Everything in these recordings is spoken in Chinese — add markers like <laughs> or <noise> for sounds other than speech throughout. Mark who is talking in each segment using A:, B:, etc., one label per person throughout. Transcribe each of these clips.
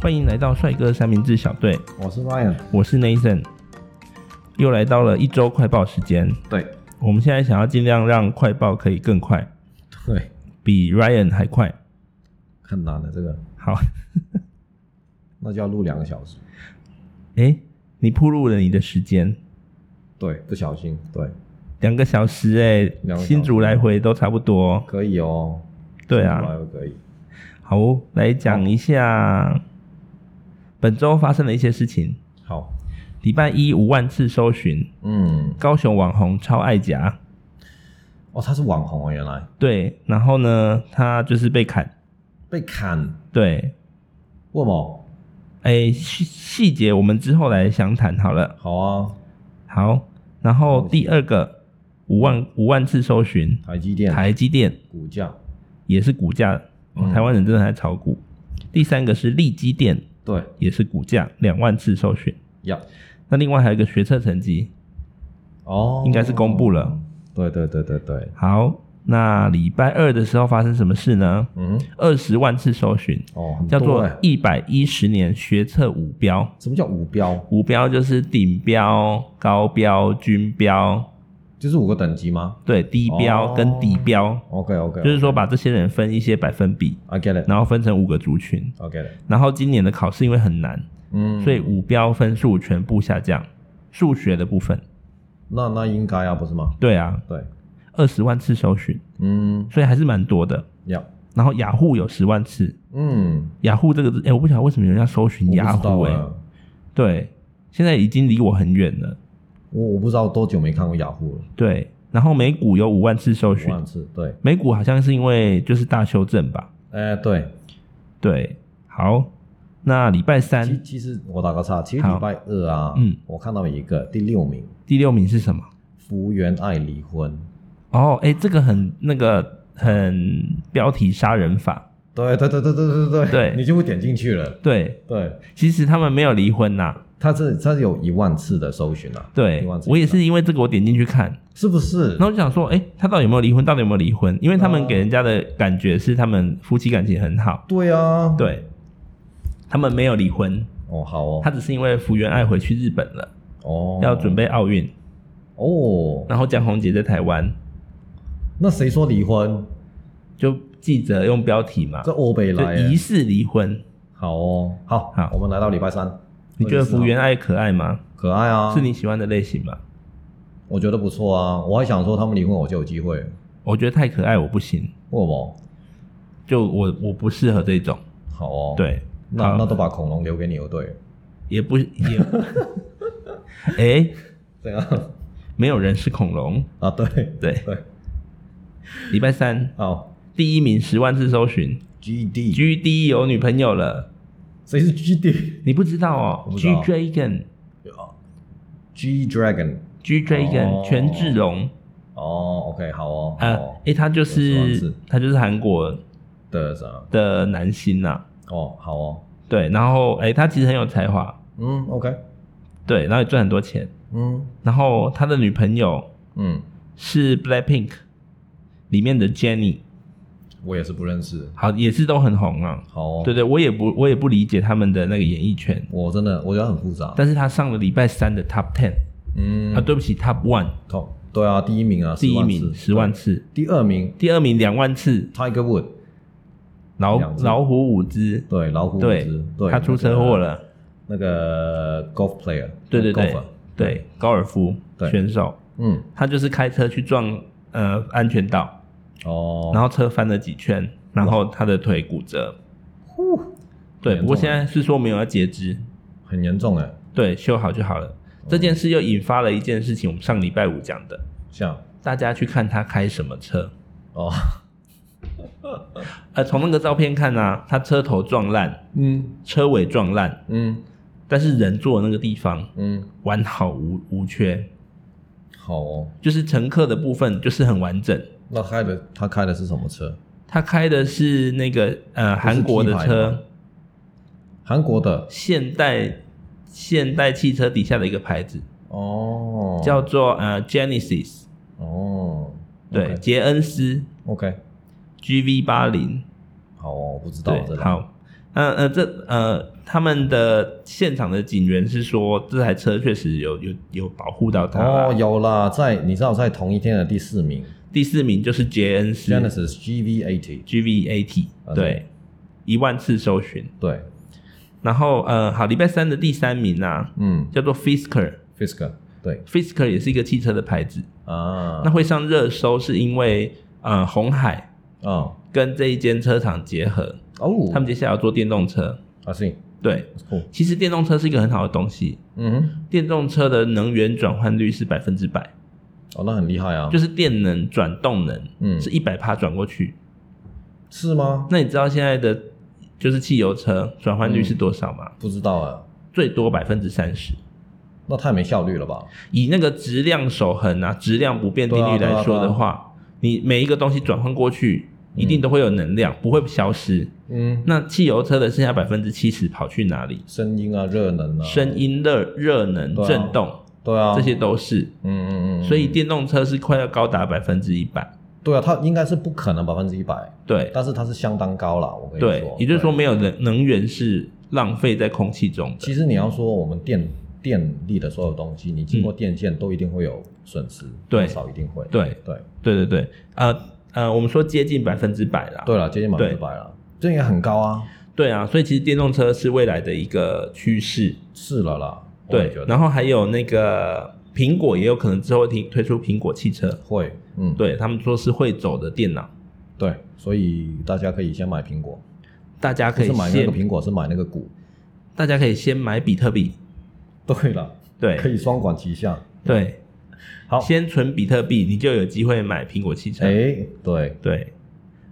A: 欢迎来到帅哥三明治小队，
B: 我是 Ryan，
A: 我是 Nathan。又来到了一周快报时间，
B: 对
A: 我们现在想要尽量让快报可以更快，
B: <laughs> 对，
A: 比 Ryan 还快。
B: 很难的这个，
A: 好，
B: 那就要录两个小时，
A: 诶，你铺路了你的时间，
B: 对，不小心，对，
A: 两个小时诶，
B: 两个小时
A: 新竹来回都差不多。
B: 可以哦，
A: 对
B: 我
A: 啊，
B: 还可以，
A: 好哦，来讲一下本周发生的一些事情。
B: 好，
A: 礼拜一五万次搜寻，
B: 嗯，
A: 高雄网红超爱夹，
B: 哦，他是网红啊，原来
A: 对，然后呢，他就是被砍，
B: 被砍，
A: 对，
B: 为什么？
A: 哎，细细节我们之后来详谈好了。
B: 好啊，
A: 好，然后第二个五万五万次搜寻，
B: 台积电
A: 台积电
B: 股价，
A: 也是股价，哦
B: 嗯
A: 台湾人真的在炒股。第三个是利基电，
B: 对，
A: 也是股价两万次搜寻。
B: 呀，
A: 那另外还有一个学测成绩，
B: 哦，
A: 应该是公布了，
B: 对对对对对，
A: 好，那礼拜二的时候发生什么事呢？
B: 嗯，
A: 二十万次搜寻，
B: 哦，很
A: 叫
B: 多
A: 做
B: 欸
A: 一百一十年学测五标。
B: 什么叫五标？
A: 五标就是顶标、高标、均标，
B: 就是五个等级吗
A: 对，低标
B: 哦啊
A: 跟底标，
B: ？OK OK，
A: 就是说把这些人分一些百分比，
B: I get it，I
A: 然后分成五个族群。
B: get it，
A: 然后今年的考试因为很难，
B: 嗯，
A: 所以五标分数全部下降。数学的部分，
B: 那那应该啊，不是吗？
A: 对啊，
B: 对，
A: 二十万次搜寻，
B: 嗯，
A: 所以还是蛮多的。
B: 呀，
A: 然后雅虎有十万次，
B: 嗯，
A: 雅虎这个字，哎、我不晓得为什么有人要搜寻雅虎、
B: 我不
A: 欸，
B: 知
A: 哎，
B: 道啊
A: 对，现在已经离我很远了，
B: 我我不知道多久没看过雅虎了，
A: 对。然后美股有五万次搜
B: 五
A: 寻，
B: 万次，对，
A: 美股好像是因为就是大修正吧，
B: 哎、对，
A: 对。好，那礼拜三
B: 其其实我打个岔，其实
A: 嗯好
B: 礼拜二啊，
A: 嗯
B: 我看到一个第六名，
A: 第六名是什么？
B: 服务员爱离婚，
A: 哦，哎、这个很那个很标题杀人法，
B: 对对对对对对对
A: 对
B: 你就会点进去了，
A: 对，
B: 对，
A: 其实他们没有离婚呐、
B: 他这他有一万次的搜寻啊，
A: 对
B: 一万次，
A: 我也是因为这个我点进去看，
B: 是不是
A: 然？后就想说，哎、他到底有没有离婚？到底有没有离婚？因为他们
B: 哦
A: 给人家的感觉是他们夫妻感情很好，
B: 对啊，，
A: 对，他们没有离婚，
B: 哦好哦，
A: 他只是因为福原爱回去日本了，
B: 哦
A: 要准备奥运，
B: 哦，
A: 然后江宏杰在台湾，
B: 那谁说离婚？
A: 就记者用标题嘛，
B: 这欧北来
A: 就
B: 耶
A: 疑似离婚。
B: 好哦，好，
A: 好
B: 我们来到礼拜三，
A: 你觉得福
B: 24
A: 原
B: 号
A: 爱可爱吗？
B: 可爱啊？
A: 是你喜欢的类型吗？
B: 我觉得不错啊，我还想说他们离婚我就有机会，为
A: 我觉得太可爱我不行，
B: 什么？
A: 就我我不适合这种，
B: 好哦，，
A: 对，
B: 那
A: 好
B: 那都把恐龙留给牛队，
A: 也不也，
B: <laughs>
A: 哎、
B: 这样
A: 没有人是恐龙。
B: 啊，对 <laughs>
A: 对，
B: 对，
A: 礼拜三
B: 好
A: 第一名十万次搜寻
B: ，GD，
A: ，G D 有女朋友了，
B: 谁是 GD？G
A: 你不知道哦
B: 我不知
A: ？G
B: 道
A: Dragon
B: Dragon，
A: G Dragon、
B: 哦
A: 权志龙，
B: 哦，OK，好哦，好
A: 呃，
B: 哦
A: 哎、他就
B: 有十万
A: 是
B: 次
A: 他就是韩国
B: 的什么？
A: 的男星呐、
B: 啊哦，好哦，
A: 对，然后哎、他其实很有才华，
B: 嗯，OK，
A: 对，然后也赚很多钱，
B: 嗯
A: 然后他的女朋友
B: 嗯，
A: 是 Blackpink 里面的 Jennie，
B: 我也是不认识，
A: 好，也是都很红啊。
B: 好哦，
A: 对，对，我也不我也不理解他们的那个演艺圈，
B: 我真的我觉得很复杂，
A: 但是他上了礼拜三的 Top Ten、
B: 嗯
A: 啊，，对不起 Top One
B: 好，对啊，第一名啊，
A: 第一名十
B: 10
A: 万
B: 次，
A: 次，
B: 对第二名
A: 第二名两万次，
B: Tiger Wood，
A: 老
B: 两只
A: 老虎五只，
B: 对，老虎伍
A: 对
B: 兹，对，
A: 他出车祸了，
B: 那个，那个 golf player，
A: 对对对
B: golfer，
A: 对，高尔夫
B: 对
A: 选手，
B: 嗯，
A: 他就是开车去撞呃安全岛，
B: 哦，
A: 然后车翻了几圈，然后他的腿骨折，
B: 呼
A: 对，
B: 严
A: 不过
B: 重
A: 现
B: 了
A: 在是说没有要截肢，
B: 很严重哎，
A: 对，修好就好了。这件事又引发了一件事情，我们上礼拜五讲的，
B: 像
A: 大家去看他开什么车。 <laughs>
B: 哦，
A: 呃，从那个照片看啊，他车头撞烂，
B: 嗯
A: 车尾撞烂，
B: 嗯
A: 但是人坐的那个地方
B: 嗯，
A: 完好无无缺，
B: 好哦，
A: 就是乘客的部分就是很完整。
B: 那开的他开的是什么车？
A: 他开的是那个呃韩国的
B: T 牌的吗
A: 车，
B: 韩国的
A: 现代现代汽车底下的一个牌子，
B: 哦，
A: 叫做呃 Genesis，
B: 哦，
A: 对，杰恩斯
B: ，OK，
A: GV 八零，
B: 好哦，我不知道
A: 对
B: 这，个，
A: 好，呃呃，这呃，他们的现场的警员是说，这台车确实有有有保护到他啦。
B: 哦，有啦，在你知道在同一天的第四名
A: 第四名就是 JN 四
B: Genesis GV80，
A: GVAT，对
B: 啊对，
A: 一万次搜寻。
B: 对，
A: 然后呃，好，礼拜三的第三名啊，
B: 嗯
A: 叫做 Fisker，Fisker
B: ，Fisker，对
A: 也是一个汽车的牌子，
B: 啊
A: 那，会上热搜是因为呃红海
B: 哦
A: 跟这一间车厂结合，
B: 哦，
A: 他们接下来要做电动车。
B: I see，
A: 对，
B: that's cool，
A: 其实电动车是一个很好的东西，
B: 嗯哼，
A: 电动车的能源转换率是百分之百，
B: 哦，那很厉害啊，
A: 就是是电能转动能，
B: 嗯
A: 是一百趴转过去。
B: 是吗？
A: 那你知道现在的就是汽油车转换率是多少吗？
B: 不知道啊，
A: 最多百分之三十。
B: 那太没效率了吧？
A: 以那个质量守恒啊、质量不变定律
B: 对啊
A: 来说
B: 对啊对啊
A: 的话，你每一个东西转换过去，一定都会有能量，不会消失。
B: 嗯，
A: 那汽油车的剩下百分之七十跑去哪里？
B: 声音啊，热能啊，
A: 声音、热热能、
B: 对啊
A: 震动，
B: 对啊，
A: 这些，都是。
B: 嗯嗯嗯，
A: 所以
B: 嗯
A: 电动车是快要高达百分之一百。
B: 对啊，它应该是不可能百分之一百，
A: 对
B: 但是它是相当高了，我跟你
A: 对
B: 说，，
A: 也就是说，
B: 对，
A: 没有能能源是浪费在空气中的。
B: 其实你要说我们电电力的所有东西，你经过电线都一定会有损失，
A: 对
B: 多少一定会，
A: 对
B: 对
A: 对对对，呃呃，我们说接近百分之百啦。
B: 对了，接近百分之
A: 对
B: 百了，这也很高啊，
A: 对啊，所以其实电动车是未来的一个趋势。
B: 是了啦，我也
A: 对
B: 觉，得
A: 然后还有那个苹果也有可能之后会提推出苹果汽车，
B: 会，嗯，
A: 对他们说是会走的电脑，
B: 对，所以大家可以先买苹果，
A: 大家
B: 不
A: 可以
B: 是买那个
A: 先
B: 苹果，是买那个股，
A: 大家可以先买比特币，
B: 对了，可
A: 对
B: 以双管齐下，
A: 对，
B: 好
A: 先存比特币，你就有机会买苹果汽车。
B: 哎，对，
A: 对，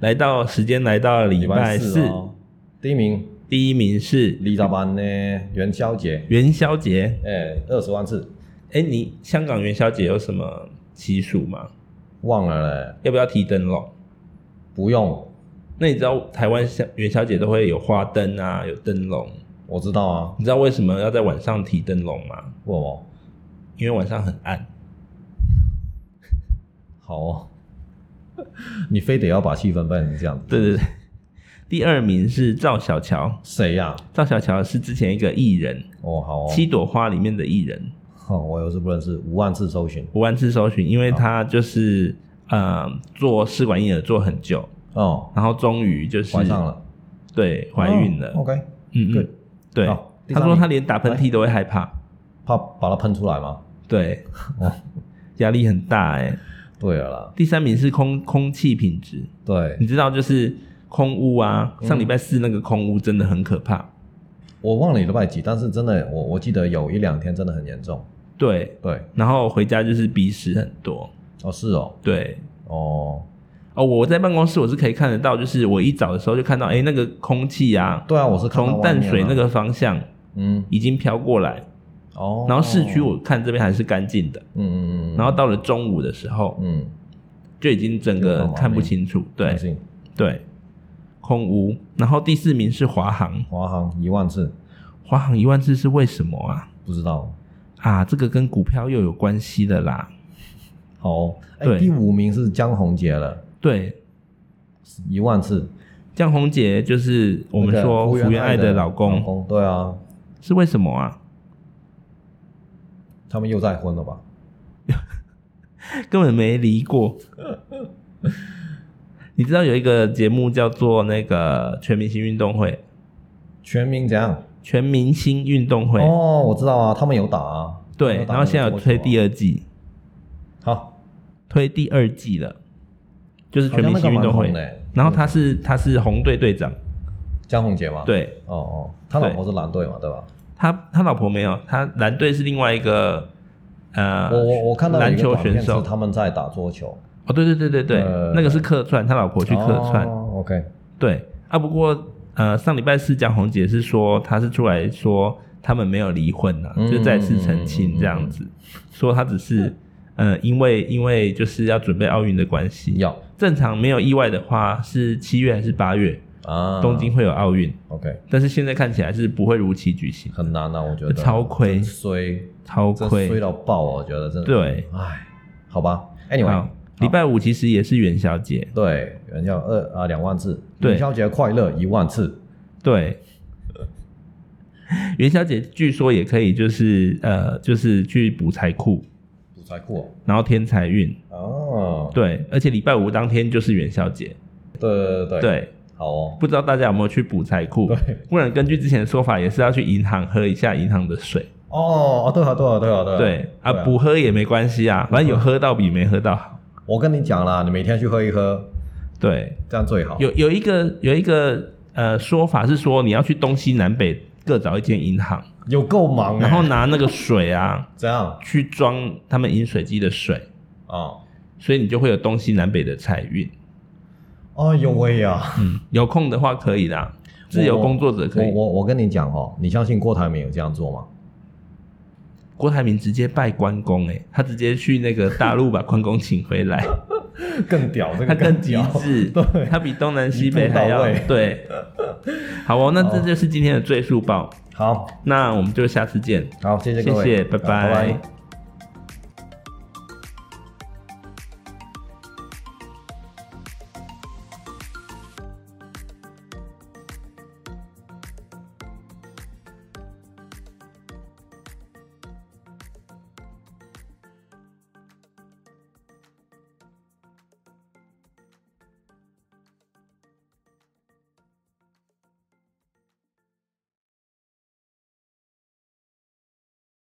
A: 来到时间来到礼拜四，
B: 哦第一名
A: 第一名是
B: 李大班呢，元宵节，
A: 元宵节。
B: 哎，二十万次，
A: 哎，你香港元宵节有什么习俗吗？
B: 忘了嘞，
A: 要不要提灯笼？
B: 不用，
A: 那你知道台湾香元宵节都会有花灯啊，有灯笼。
B: 我知道啊，
A: 你知道为什么要在晚上提灯笼吗？
B: 问我，
A: 因为晚上很暗。
B: 好哦， <laughs> 你非得要把气氛扮成这样子，
A: 对 <laughs> 对对。第二名是赵小乔，
B: 谁呀、
A: 赵小乔是之前一个艺人，
B: 哦，好哦
A: 七朵花》里面的艺人，
B: 哼我又是不认识，五万次搜寻，
A: 五万次搜寻，因为他就是呃做试管婴儿做很久，
B: 哦，
A: 然后终于就是
B: 怀上，了，
A: 对，怀孕了，
B: 哦 OK，
A: 嗯嗯
B: good，，
A: 对
B: 好。第
A: 他
B: 三
A: 说
B: 名
A: 他连打喷嚏都会害怕，
B: 怕把它喷出来吗？
A: 对
B: 哦，
A: 压力很大哎、
B: 对了啦，
A: 第三名是空空气品质，
B: 对
A: 你知道就是空屋啊，
B: 嗯
A: 上礼拜四那个空屋真的很可怕。
B: 我忘了礼拜几，但是真的，我我记得有一两天真的很严重，
A: 对，
B: 对，
A: 然后回家就是鼻屎很多。
B: 哦是哦，
A: 对，
B: 哦，
A: 哦，我在办公室我是可以看得到，就是我一早的时候就看到，哎，那个空气啊，
B: 对啊，我是看到
A: 从
B: 外面
A: 淡水
B: 啊
A: 那，个方向
B: 嗯，
A: 已经飘过来，
B: 哦，
A: 然后市区我看这边还是干净的，
B: 嗯，嗯嗯嗯，
A: 然后到了中午的时候
B: 嗯，
A: 就已经整
B: 有
A: 个
B: 看完
A: 看不
B: 了
A: 清楚。
B: 相
A: 对
B: 信
A: 对，空屋。然后第四名是华航，
B: 华航一万次，
A: 华航一万次是为什么啊？
B: 不知道，
A: 啊，这个跟股票又有关系的啦。
B: 好、哦，哎、
A: 对
B: 第五名是江宏杰了，
A: 对，
B: 一万次。
A: 江宏杰就是我们
B: 那个
A: 说福
B: 福
A: 原
B: 原
A: 爱
B: 爱
A: 的
B: 老
A: 老公，
B: 公，对啊，
A: 是为什么啊？ <laughs>
B: 他们又再婚了吧？
A: 根本没离过。 <laughs> 你知道有一个节目叫做那个全明星运动会，
B: 全民怎样？
A: 全明星运动会，
B: 哦，我知道啊，他们有打啊，
A: 对，然后现在有推第
B: 二，
A: 二季，
B: 好，
A: 推第二季了，就是全明星运动
B: 好
A: 会
B: 像那个蛮红的欸。
A: 然后他是他是红队队长，
B: 江宏杰嘛，，
A: 对
B: 哦哦，他老婆是蓝队嘛，对吧？
A: 他他老婆没有，他蓝队是另外一个呃，
B: 我我我看到有
A: 篮
B: 一个
A: 球
B: 短
A: 选
B: 片是
A: 手，
B: 他们在打桌球，
A: 哦，对对对对对，
B: 呃
A: 那个是客串，他老婆去客串，
B: 哦，OK，
A: 对啊。不过呃，上礼拜四江红姐是说，她是出来说他们没有离婚呐、
B: 嗯
A: 就再次澄清这样子，说她只是呃，因为因为就是要准备奥运的关系，
B: 要
A: 正常没有意外的话是七月还是八月，
B: 啊，
A: 东京会有奥运，
B: ，OK，
A: 但是现在看起来是不会如期举行，
B: 很难啊，我觉得
A: 超亏
B: 真衰，
A: 超
B: 真
A: 亏
B: 衰。到爆，啊我觉得真的，
A: 对，
B: 唉，好吧，Anyway
A: 好。，礼拜五其实也是元宵节，
B: 对，元宵二啊两万次，
A: 对
B: 元宵节快乐一万次，
A: 对， <laughs> 袁小姐据说也可以，就是呃，就是去补财库，
B: 补财库
A: 然后添财运。
B: 哦。啊，
A: 对，而且礼拜五当天就是元宵节。
B: 对对对对，
A: 对，
B: 好哦。
A: 不知道大家有没有去补财库？不然根据之前的说法，也是要去银行喝一下银行的水。
B: 哦，哦对啊，对啊，对啊，对啊。
A: 对啊，
B: 啊
A: 不喝也没关系啊，反正有喝到比没喝到好。
B: 我跟你讲啦，你每天去喝一喝，
A: 对，
B: 这样最好。
A: 有有一个有一个呃说法是说，你要去东西南北各找一间银行，
B: 有够忙欸，
A: 然后拿那个水啊
B: 这样
A: 去装他们饮水机的水，
B: 啊，
A: 所以你就会有东西南北的财运。
B: 哎呦喂呀！
A: 嗯，有空的话可以啦，自由工作者可
B: 我
A: 以。
B: 我我跟你讲哦，你相信郭台铭有这样做吗？
A: 郭台铭直接拜关公、欸，他直接去那个大陆把关公请回
B: <laughs>
A: 来，
B: 更屌，这
A: 他
B: 个
A: 更极
B: 屌，
A: 致，
B: <laughs> 对，
A: 他比东南西北还要
B: 一步到位
A: 对。好哦，那这
B: 好
A: 就是今天的赘述报，
B: 好
A: 那我们就下次见。
B: 好，谢谢各位，
A: 谢谢拜
B: 好拜
A: 拜
B: 拜。